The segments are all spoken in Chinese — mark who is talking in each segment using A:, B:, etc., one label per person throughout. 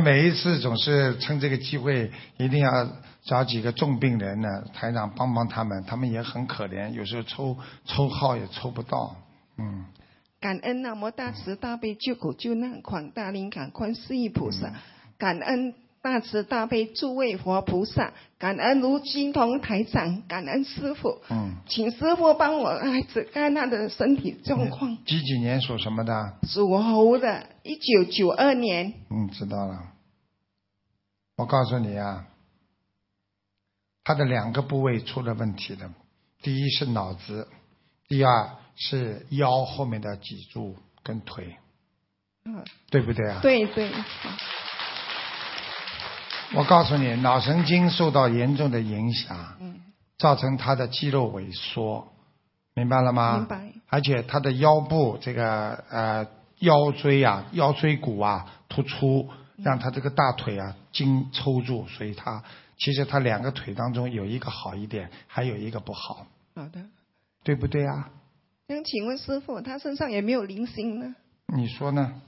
A: 每一次总是趁这个机会，一定要找几个重病人呢，台长帮帮他们，他们也很可怜，有时候抽抽号也抽不到，嗯。
B: 感恩南无大慈大悲救苦救难广大灵感观世音菩萨，感恩大慈大悲诸位佛菩萨，感恩卢金同台长，感恩师傅，
A: 嗯，
B: 请师傅帮我孩子看他的身体状况，
A: 几几年属什么的？
B: 属猴的，一九九二年，
A: 嗯，知道了。我告诉你啊，他的两个部位出了问题的，第一是脑子，第二是腰后面的脊柱跟腿，
B: 嗯，
A: 对不对啊？
B: 对对，
A: 我告诉你，脑神经受到严重的影响，
B: 嗯
A: 造成他的肌肉萎缩，明白了吗？
B: 明白。
A: 而且他的腰部这个呃腰椎啊腰椎骨啊突出，
B: 嗯
A: 让他这个大腿啊筋抽住，所以他其实他两个腿当中有一个好一点，还有一个不好，
B: 好的。
A: 对不对啊？
B: 那请问师傅，他身上有没有零星呢？
A: 你说呢？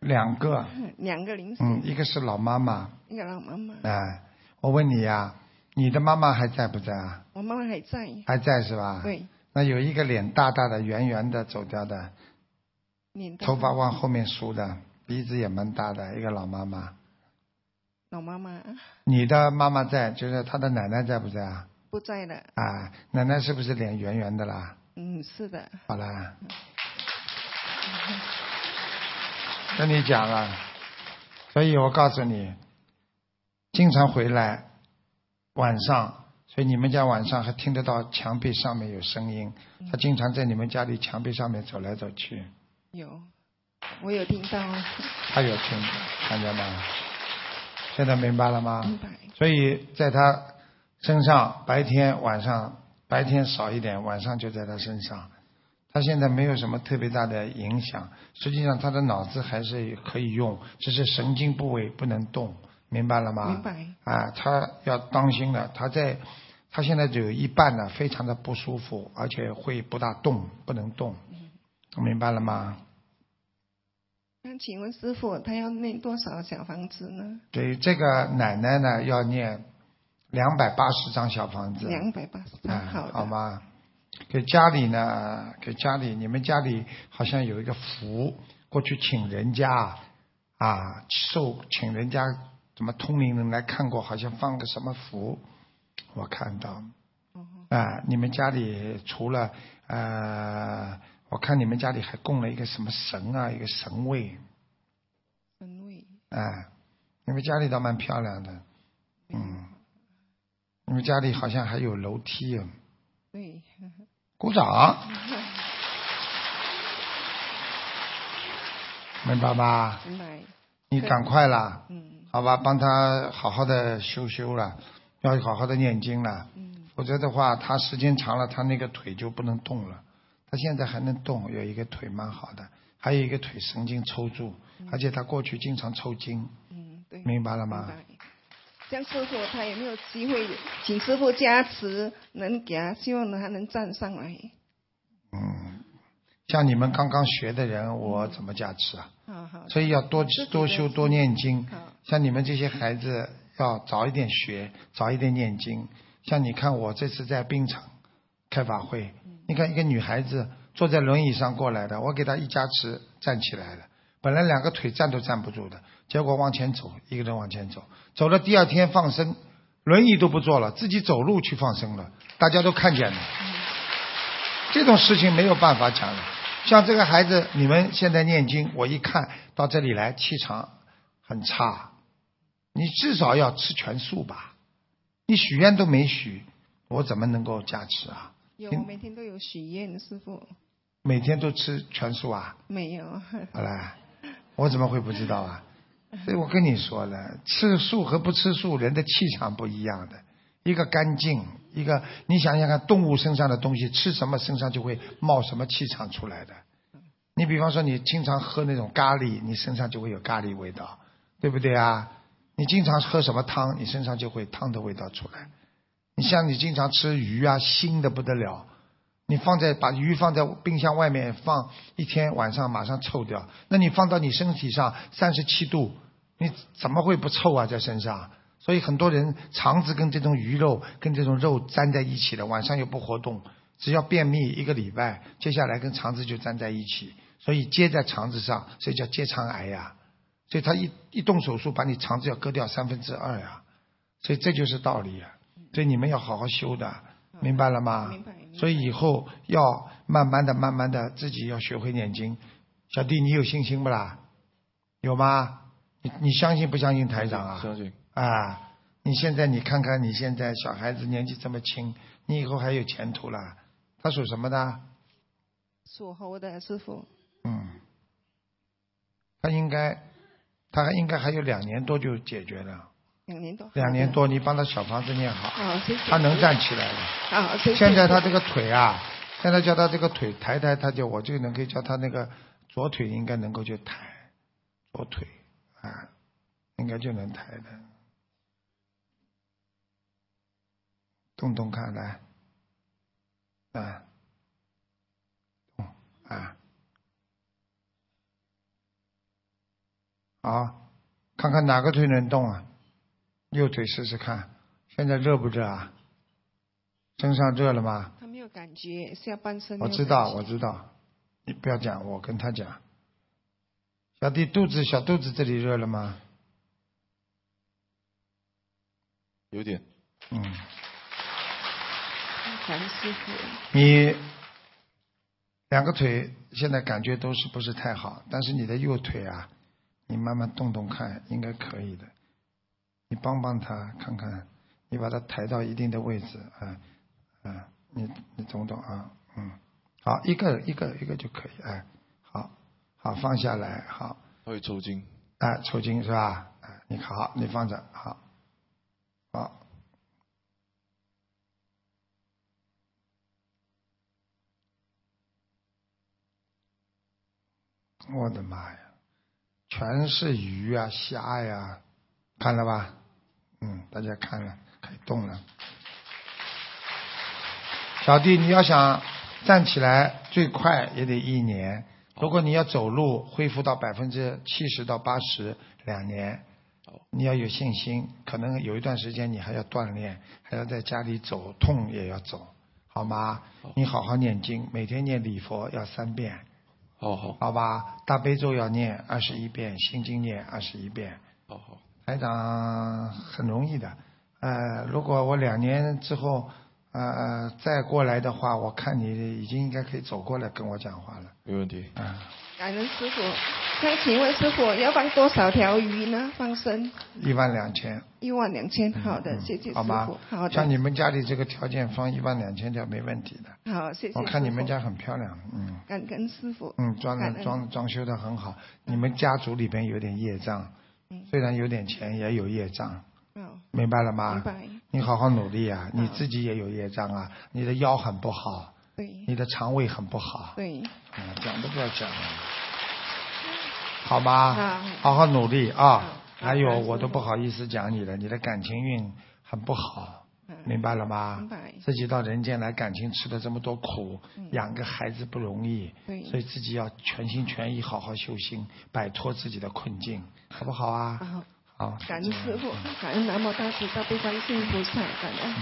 A: 两个，
B: 两个零星，
A: 嗯，一个是老妈妈，
B: 一个老妈妈，
A: 哎、我问你呀、你的妈妈还在不在啊？
B: 我妈妈还在，
A: 还在是吧？。
B: 对，
A: 那有一个脸大大的、圆圆的走掉的，
B: 脸大
A: 头发往后面梳的，鼻子也蛮大的，一个老妈妈。
B: 老妈妈
A: 你的妈妈在，就是她的奶奶在不在啊？
B: 不在了，
A: 啊，奶奶是不是脸圆圆的啦？
B: 嗯，是的，
A: 好啦，跟你讲了，所以我告诉你，经常回来晚上，所以你们家晚上还听得到墙壁上面有声音，她经常在你们家里墙壁上面走来走去。
B: 有，我有听到，
A: 啊他有听，看见吗？现在明白了吗？
B: 明白，
A: 所以在他身上，白天晚上白天少一点，晚上就在他身上。他现在没有什么特别大的影响，实际上他的脑子还是可以用，只是神经部位不能动，明白了吗？
B: 明白，
A: 啊，他要当心了，他在他现在只有一半呢，非常的不舒服，而且会不大动，不能动，
B: 嗯
A: 明白了吗？
B: 那请问师傅，他要念多少小房子呢？
A: 所以这个奶奶呢，要念两百八十张小房子，
B: 两百八十
A: 啊
B: 张，好的，
A: 好吗？给家里呢，给家里，你们家里好像有一个福，过去请人家啊，受请人家什么通灵人来看过，好像放个什么福，我看到
B: 哦，
A: 啊，你们家里除了呃，我看你们家里还供了一个什么神啊，一个神位，
B: 分位，
A: 哎，你们家里倒蛮漂亮的，嗯，你们家里好像还有楼梯啊，
B: 对，
A: 鼓掌，明白吧？
B: 明白，
A: 你赶快啦，
B: 嗯
A: 好吧，帮他好好的修修了，要好好的念经了，
B: 嗯，
A: 否则的话，他时间长了，他那个腿就不能动了。他现在还能动，有一个腿蛮好的，还有一个腿神经抽搐，而且他过去经常抽筋，
B: 嗯，对，
A: 明白了吗？
B: 明白。像师傅他有没有机会，请师傅加持，能给他，希望他能站上来。
A: 嗯像你们刚刚学的人，我怎么加持啊？
B: 好好，
A: 所以要多多修多念经
B: 好。
A: 像你们这些孩子，要早一点学，早一点念经。像你看我这次在冰场开法会，你看一个女孩子坐在轮椅上过来的，我给她一加持站起来了。本来两个腿站都站不住的，结果往前走，一个人往前走，走了第二天放生，轮椅都不坐了，自己走路去放生了，大家都看见了。这种事情没有办法讲的。像这个孩子，你们现在念经，我一看到这里来，气场很差，你至少要吃全素吧？你许愿都没许，我怎么能够加持啊？
B: 有，我每天都有许愿，师傅
A: 每天都吃全素啊？
B: 没有。
A: 好啦，我怎么会不知道啊？所以我跟你说了，吃素和不吃素，人的气场不一样的，一个干净，一个你想想看，动物身上的东西吃什么，身上就会冒什么气场出来的。你比方说，你经常喝那种咖喱，你身上就会有咖喱味道，对不对啊？你经常喝什么汤，你身上就会汤的味道出来。你像你经常吃鱼啊，腥的不得了，你放在把鱼放在冰箱外面放一天，晚上马上臭掉。那你放到你身体上三十七度，你怎么会不臭啊？在身上，所以很多人肠子跟这种鱼肉、跟这种肉粘在一起了，晚上又不活动，只要便秘一个礼拜，接下来跟肠子就粘在一起，所以接在肠子上，所以叫结肠癌呀、所以他一一动手术，把你肠子要割掉三分之二呀、所以这就是道理啊。所以你们要好好修的，明白了吗？
B: 明白明白
A: 所以以后要慢慢的、慢慢的，自己要学会念经。小弟，你有信心不啦？有吗？你你相信不相信台长啊？
C: 相信
A: 啊，你现在你看看你现在小孩子年纪这么轻，你以后还有前途啦。他属什么的？
B: 属猴的师傅，
A: 嗯，他应该，他还应该还有两年多就解决了。
B: 两年多，
A: 两年，多，你帮他小房子念好，
B: 好，啊谢谢。
A: 他能站起来了。
B: 好，谢谢。
A: 现在他这个腿啊，现在叫他这个腿抬抬，他就我就能够叫他那个左腿应该能够就抬，左腿啊，应该就能抬的。动动看来，啊，动啊，好，看看哪个腿能动啊？右腿试试看，现在热不热啊？身上热了吗？
B: 他没有感觉，下半身没
A: 我
B: 有
A: 知道，我
B: 感觉
A: 知道，你不要讲，我跟他讲。小弟肚子小肚子这里热了吗？
C: 有点
A: 嗯，
B: 感恩师傅，
A: 你两个腿现在感觉都是不是太好，但是你的右腿啊，你慢慢动动看，应该可以的。你帮帮他看看，你把他抬到一定的位置啊啊，你你懂不懂啊？嗯，好，一个一个一个就可以，哎，好，好放下来，好。
C: 他会抽筋，
A: 啊，抽筋是吧？啊，你好，你放着，好，好。我的妈呀，全是鱼啊、虾呀、看了吧？嗯，大家看了，可以动了。小弟，你要想站起来，最快也得一年。如果你要走路，恢复到百分之七十到八十，两年
C: 好。
A: 你要有信心，可能有一段时间你还要锻炼，还要在家里走，痛也要走，好吗？你好好念经，每天念礼佛要三遍，
C: 好好
A: 好吧？大悲咒要念二十一遍，心经念二十一遍，
C: 好好，
A: 台长很容易的，呃，如果我两年之后呃再过来的话，我看你已经应该可以走过来跟我讲话了。
C: 没问题。
B: 嗯感恩师傅。想请问师傅要放多少条鱼呢？放生
A: 一万两千，
B: 一万两千，好的，谢谢师
A: 嗯好吗
B: 傅，？好
A: 像
B: 的，
A: 你们家里这个条件，放一万两千条没问题的。
B: 好，谢谢师傅。
A: 我看你们家很漂亮，嗯
B: 感恩师傅，
A: 嗯，装
B: 感
A: 的
B: 恩
A: 装装修的很好。你们家族里边有点业障，虽然有点钱，也有业障，
B: 嗯好，
A: 明白了吗？
B: 明白，
A: 你好好努力啊！
B: 嗯
A: 你自己也有业障啊，你的腰很不好，
B: 对
A: 你的肠胃很不好。
B: 对，嗯
A: 啊，讲都不要讲了，好吧
B: 好？
A: 好好努力啊！还有，
B: 好
A: 我都不好意思讲你了，你的感情运很不好，
B: 啊
A: 明白了吗
B: 嗯明？白嗯
A: 自己到人间来，感情吃了这么多苦，养个孩子不容易，
B: 对
A: 所以自己要全心全意好好修心，摆脱自己的困境，好不好啊？嗯
B: 好。
A: 好，
B: 感恩师傅，感恩南无大慈大悲观世音菩萨，感恩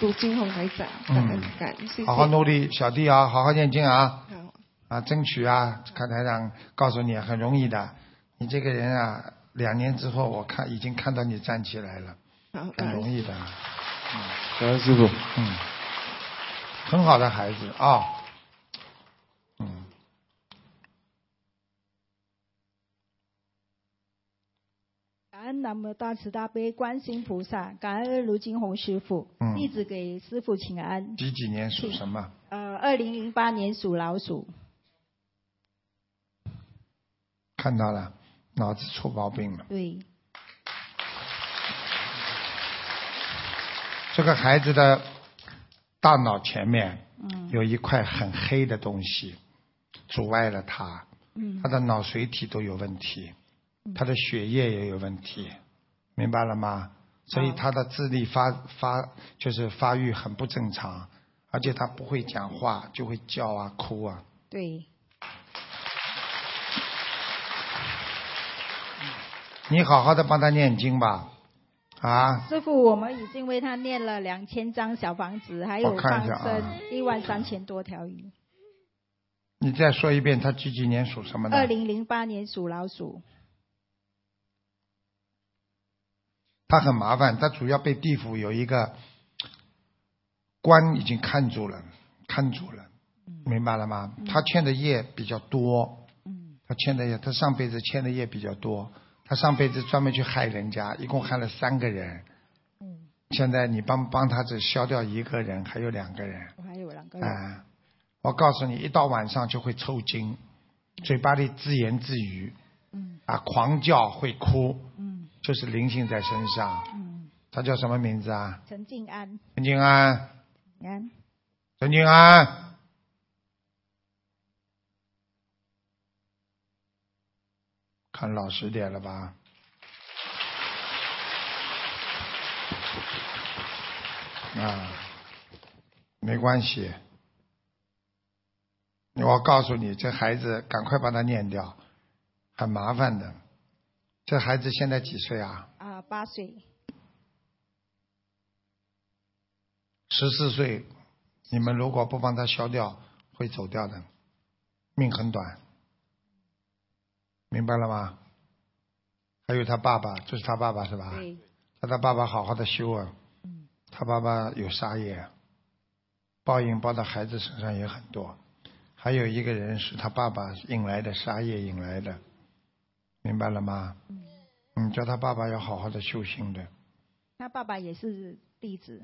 B: 读经红台长，
A: 嗯
B: 感恩感恩，谢谢。
A: 好好努力，小弟啊，好好念经啊。
B: 好
A: 啊，争取啊，看台长告诉你很容易的。你这个人啊，两年之后我看已经看到你站起来了，
B: 好，
A: 很
B: 感恩
A: 容易的，
C: 感恩师傅，
A: 嗯，很好的孩子啊、嗯，
D: 感恩南无大慈大悲观世音菩萨，感恩卢金红师傅
A: 嗯，
D: 弟子给师傅请安。
A: 几几年属什么？
D: 呃，二零零八年属老鼠，
A: 看到了，脑子出毛病了。
D: 对，
A: 这个孩子的大脑前面
D: 嗯
A: 有一块很黑的东西，阻碍了他。
D: 嗯
A: 他的脑髓体都有问题，他的血液也有问题，明白了吗？所以他的智力发发就是发育很不正常，而且他不会讲话，就会叫啊哭啊。
D: 对，
A: 你好好的帮他念经吧，啊，
D: 师傅，我们已经为他念了两千张小房子，还有
A: 我看
D: 放
A: 一下啊
D: 生一万三千多条鱼。
A: 你再说一遍他几几年属什么
D: 二
A: 的？
D: 零零八年属老鼠，
A: 他很麻烦，他主要被地府有一个官已经看住了，看住了，明白了吗？他欠的业比较多，
D: 嗯
A: 他欠的业，他上辈子欠的业比较多，他上辈子专门去害人家，一共害了三个人。现在你帮帮他只消掉一个人，还有两个人。
D: 我还有两个人。
A: 啊，我告诉你，一到晚上就会抽筋，嘴巴里自言自语，
D: 嗯
A: 啊，狂叫会哭，
D: 嗯
A: 就是灵性在身上。
D: 嗯，
A: 他叫什么名字啊？
D: 陈静安，
A: 陈静安，
D: 你看，
A: 陈静安。看老实点了吧？啊，没关系。我告诉你，这孩子赶快把他念掉，很麻烦的。这孩子现在几岁啊？
D: 啊、八岁，
A: 十四岁，你们如果不帮他消掉，会走掉的，命很短，明白了吗？还有他爸爸，这是他爸爸是吧？
D: 对，嗯
A: 他的爸爸好好的修啊，他爸爸有杀业，报应报到孩子身上也很多。还有一个人是他爸爸引来的杀业引来的，明白了吗？嗯，叫他爸爸要好好的修心的，
D: 他爸爸也是弟子，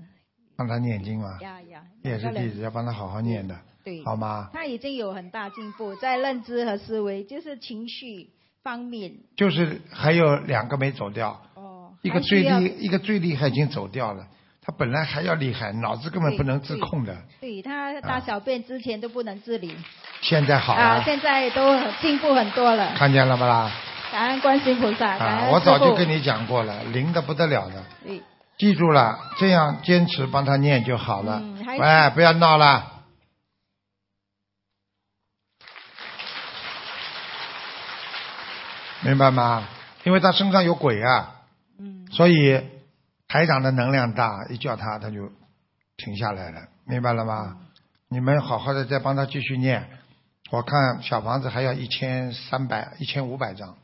A: 让他念经嘛，
D: 呀呀，
A: 啊也是
D: 两个
A: 弟
D: 人
A: 子，要帮他好好念的，
D: 对，
A: 好吗？
D: 他已经有很大进步，在认知和思维，就是情绪方面，
A: 就是还有两个没走掉，
D: 哦，
A: 一个
D: 还需
A: 最
D: 要
A: 厉一个最厉害已经走掉了，他本来还要厉害，脑子根本不能自控的，
D: 对他大小便之前都不能自理，
A: 现在好
D: 啊，
A: 了，
D: 现在都很进步很多了，
A: 看见了不啦？
D: 感恩观世音菩萨，感
A: 啊，
D: 恩
A: 我早就
D: 师
A: 跟你讲过了，灵的不得了的，
D: 父对，
A: 记住了，这样坚持帮他念就好了。
D: 嗯还
A: 喂，不要闹了。明白吗？因为他身上有鬼啊。
D: 嗯，
A: 所以台长的能量大，一叫他他就停下来了，明白了吗？
D: 嗯
A: 你们好好的再帮他继续念，我看小房子还要一千三百、一千五百张，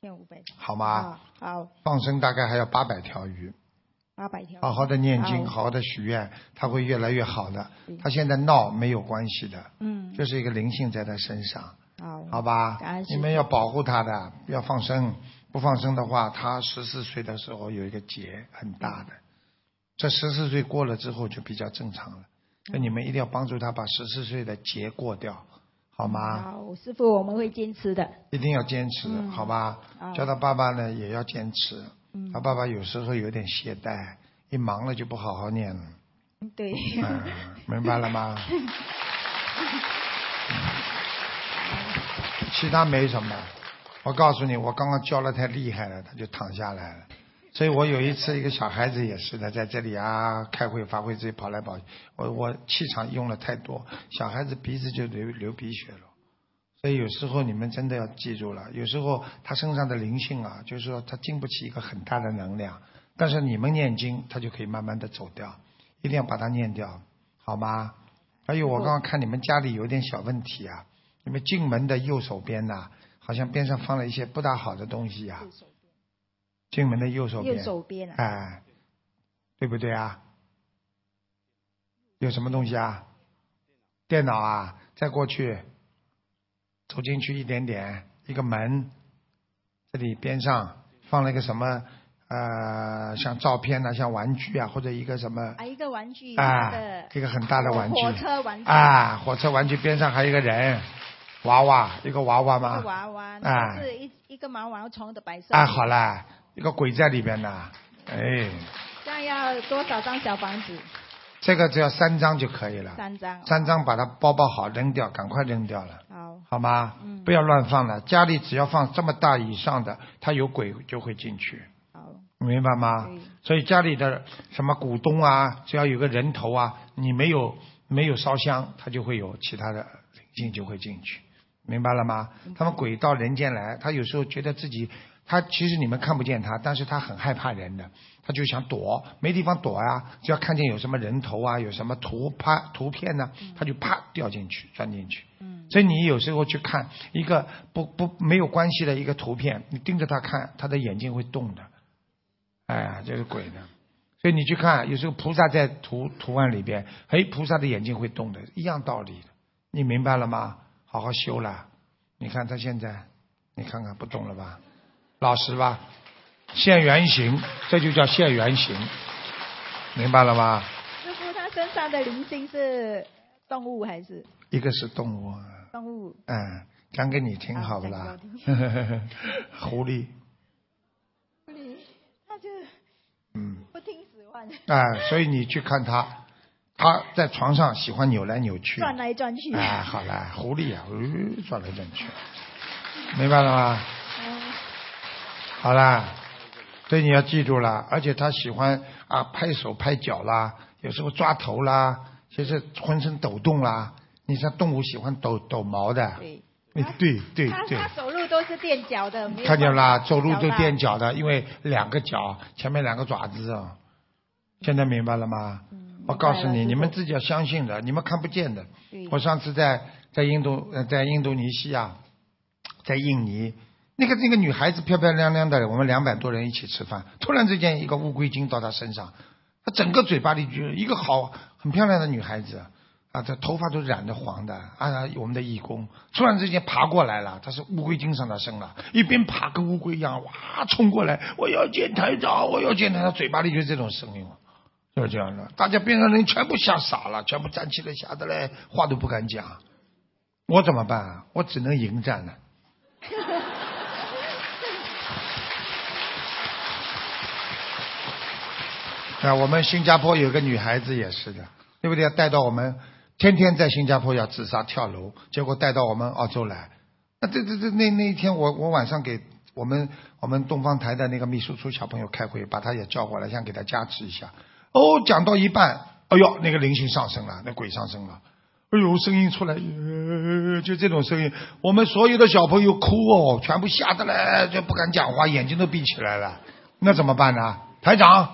D: 千五百，
A: 好吗？
D: 啊，好，
A: 放生大概还要八百条鱼，
D: 八百条，
A: 好好的念经，
D: 好
A: 好好的许愿，他会越来越好的
D: 啊嗯。
A: 他现在闹没有关系的，
D: 嗯，
A: 就是一个灵性在他身上，
D: 好，
A: 好吧
D: 嗯感恩？师父
A: 你们要保护他的，要放生，不放生的话，他十四岁的时候有一个劫很大的，
D: 嗯
A: 这十四岁过了之后就比较正常了。
D: 嗯
A: 那你们一定要帮助他把十四岁的劫过掉，好吗？
D: 嗯好，师傅，我们会坚持的，
A: 一定要坚持，好吧？
D: 好嗯
A: 叫他爸爸呢也要坚持，他爸爸有时候有点懈怠，一忙了就不好好念了。
D: 对，
A: 嗯，明白了吗？嗯其他没什么，我告诉你，我刚刚教的太厉害了，他就躺下来了。所以我有一次，一个小孩子也是的，在这里啊开会发会，自己跑来跑去，我我气场用了太多，小孩子鼻子就流流鼻血了。所以有时候你们真的要记住了，有时候他身上的灵性啊，就是说他经不起一个很大的能量，但是你们念经，他就可以慢慢的走掉，一定要把它念掉，好吗？还有我刚刚看你们家里有点小问题啊，你们进门的右手边呐、好像边上放了一些不大好的东西啊，进门的右手边，
D: 右手边啊，
A: 哎，对不对啊？有什么东西啊？电脑啊，再过去，走进去一点点，一个门，这里边上放了一个什么呃，像照片呐、像玩具啊，或者一个什么
D: 啊，一个玩具，
A: 啊
D: 他的，
A: 一个很大的玩具
D: 火车玩具，
A: 啊，火车玩具边上还有一个人，娃娃，一个娃娃
D: 一
A: 吗
D: 个？娃娃，
A: 啊
D: 是一一个毛毛虫的白色，
A: 啊，好啦，一个鬼在里边呐，哎，
D: 这样要多少张小房子？
A: 这个只要三张就可以了。
D: 三张。
A: 三张把它包包好扔掉，赶快扔掉了，
D: 好，
A: 好吗？
D: 嗯
A: 不要乱放了，家里只要放这么大以上的，它有鬼就会进去，
D: 好，
A: 明白吗
D: 对？
A: 所以家里的什么股东啊，只要有个人头啊，你没有没有烧香，它就会有其他的灵性就会进去，明白了吗？他们鬼到人间来，他有时候觉得自己他其实你们看不见他，但是他很害怕人的，他就想躲，没地方躲啊，只要看见有什么人头啊，有什么图啪图片呢、他就啪掉进去，钻进去。嗯，所以你有时候去看一个不不没有关系的一个图片，你盯着他看，他的眼睛会动的。哎呀，这是鬼呢。所以你去看，有时候菩萨在图图案里边，哎，菩萨的眼睛会动的，一样道理的。你明白了吗？好好修啦。你看他现在，你看看不动了吧？老实吧？现原形，这就叫现原形，明白了吗？
D: 师傅他身上的灵性是动物还是
A: 一个是动物，
D: 动物？
A: 嗯，讲给你听好不啦
D: 啊？
A: 狐狸，
D: 他就
A: 嗯。
D: 不听使唤，
A: 啊、所以你去看他，他在床上喜欢扭来扭去。
D: 转来转去。
A: 哎，好了，狐狸啊，呃，转来转去，明白了吗？
D: 嗯
A: 好啦，所以你要记住啦，而且他喜欢啊拍手拍脚啦，有时候抓头啦，就是浑身抖动啦。你像动物喜欢抖抖毛的，
D: 对，
A: 哎对对
D: 他
A: 对
D: 他走路都是垫脚的，没有
A: 看见了
D: 办
A: 啦，
D: 法
A: 走路都垫
D: 脚
A: 脚的，因为两个脚前面两个爪子啊。现在明白了吗？我告诉
D: 嗯明白
A: 你，
D: 了
A: 你们
D: 师
A: 自己要相信的，你们看不见的。
D: 对
A: 我上次在在印度呃在印度尼西亚，在印尼，那个那个女孩子漂漂亮亮的，我们两百多人一起吃饭，突然之间一个乌龟精到她身上，她整个嘴巴里就一个好很漂亮的女孩子啊，她头发都染的黄的啊，我们的义工突然之间爬过来了，她是乌龟精上她身了，一边爬跟乌龟一样哇冲过来，我要见台长，我要见台长，嘴巴里就是这种声音。就是这样的，大家边上人全部吓傻了，全部站起来，吓得嘞话都不敢讲。我怎么办啊？我只能迎战了。啊，我们新加坡有个女孩子也是的，对不对？带到我们天天在新加坡要自杀跳楼，结果带到我们澳洲来。那这这这那那一天我，我晚上给我们我们东方台的那个秘书处小朋友开会，把他也叫过来，想给他加持一下。哦，讲到一半，哎呦，那个灵性上升了，那鬼上升了。哎呦，声音出来，呃、就这种声音，我们所有的小朋友哭哦，全部吓得嘞，就不敢讲话，眼睛都闭起来了。那怎么办呢？台长，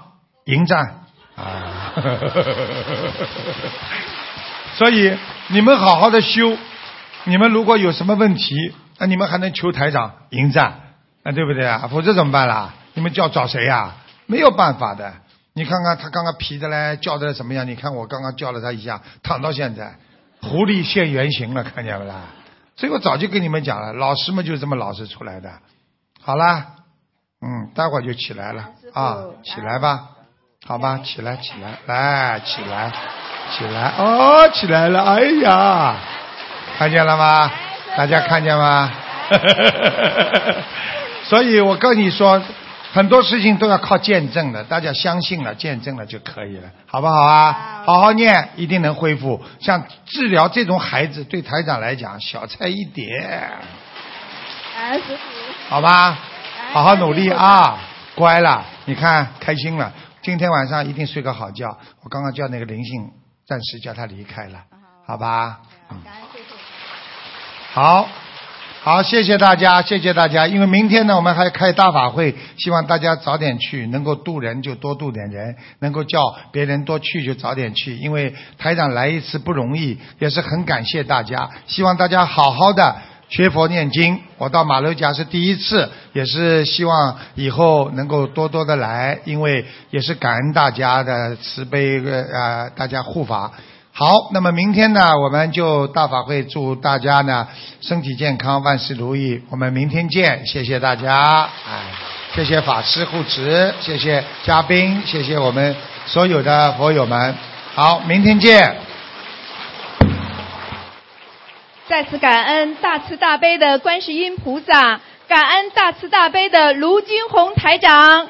A: 迎战啊！ 所以你们好好的修，你们如果有什么问题，那你们还能求台长迎战，啊，对不对啊？否则怎么办啦？你们叫找谁呀、没有办法的。你看看他刚刚皮的嘞，叫的什么样？你看我刚刚叫了他一下，躺到现在，狐狸现原形了，看见不啦？所以我早就跟你们讲了，老师们就是这么老实出来的。好啦，嗯，待会儿就起来了
D: 师傅
A: 啊，起来吧，好吧，起来起来，来起来，起来，哦，起来了，哎呀，看见了吗？大家看见吗？ 所以我跟你说，很多事情都要靠见证的，大家相信了、见证了就可以了，好不好啊？好好念，一定能恢复。像治疗这种孩子，对台长来讲小菜一碟，
D: 感啊恩师傅，
A: 好吧？好好努力啊，乖了，你看开心了。今天晚上一定睡个好觉。我刚刚叫那个灵性暂时叫他离开了，好吧？
D: 哎
A: 嗯。
D: 啊感恩师傅。
A: 好，好，谢谢大家，谢谢大家。因为明天呢，我们还开大法会，希望大家早点去，能够渡人就多渡点人，能够叫别人多去就早点去。因为台长来一次不容易，也是很感谢大家，希望大家好好的。学佛念经，我到马六甲是第一次，也是希望以后能够多多的来，因为也是感恩大家的慈悲，呃，呃大家护法。好，那么明天呢，我们就大法会祝大家呢身体健康，万事如意。我们明天见，谢谢大家，哎，谢谢法师护持，谢谢嘉宾，谢谢我们所有的佛友们。好，明天见。
E: 再次感恩大慈大悲的观世音菩萨，感恩大慈大悲的卢军红台长。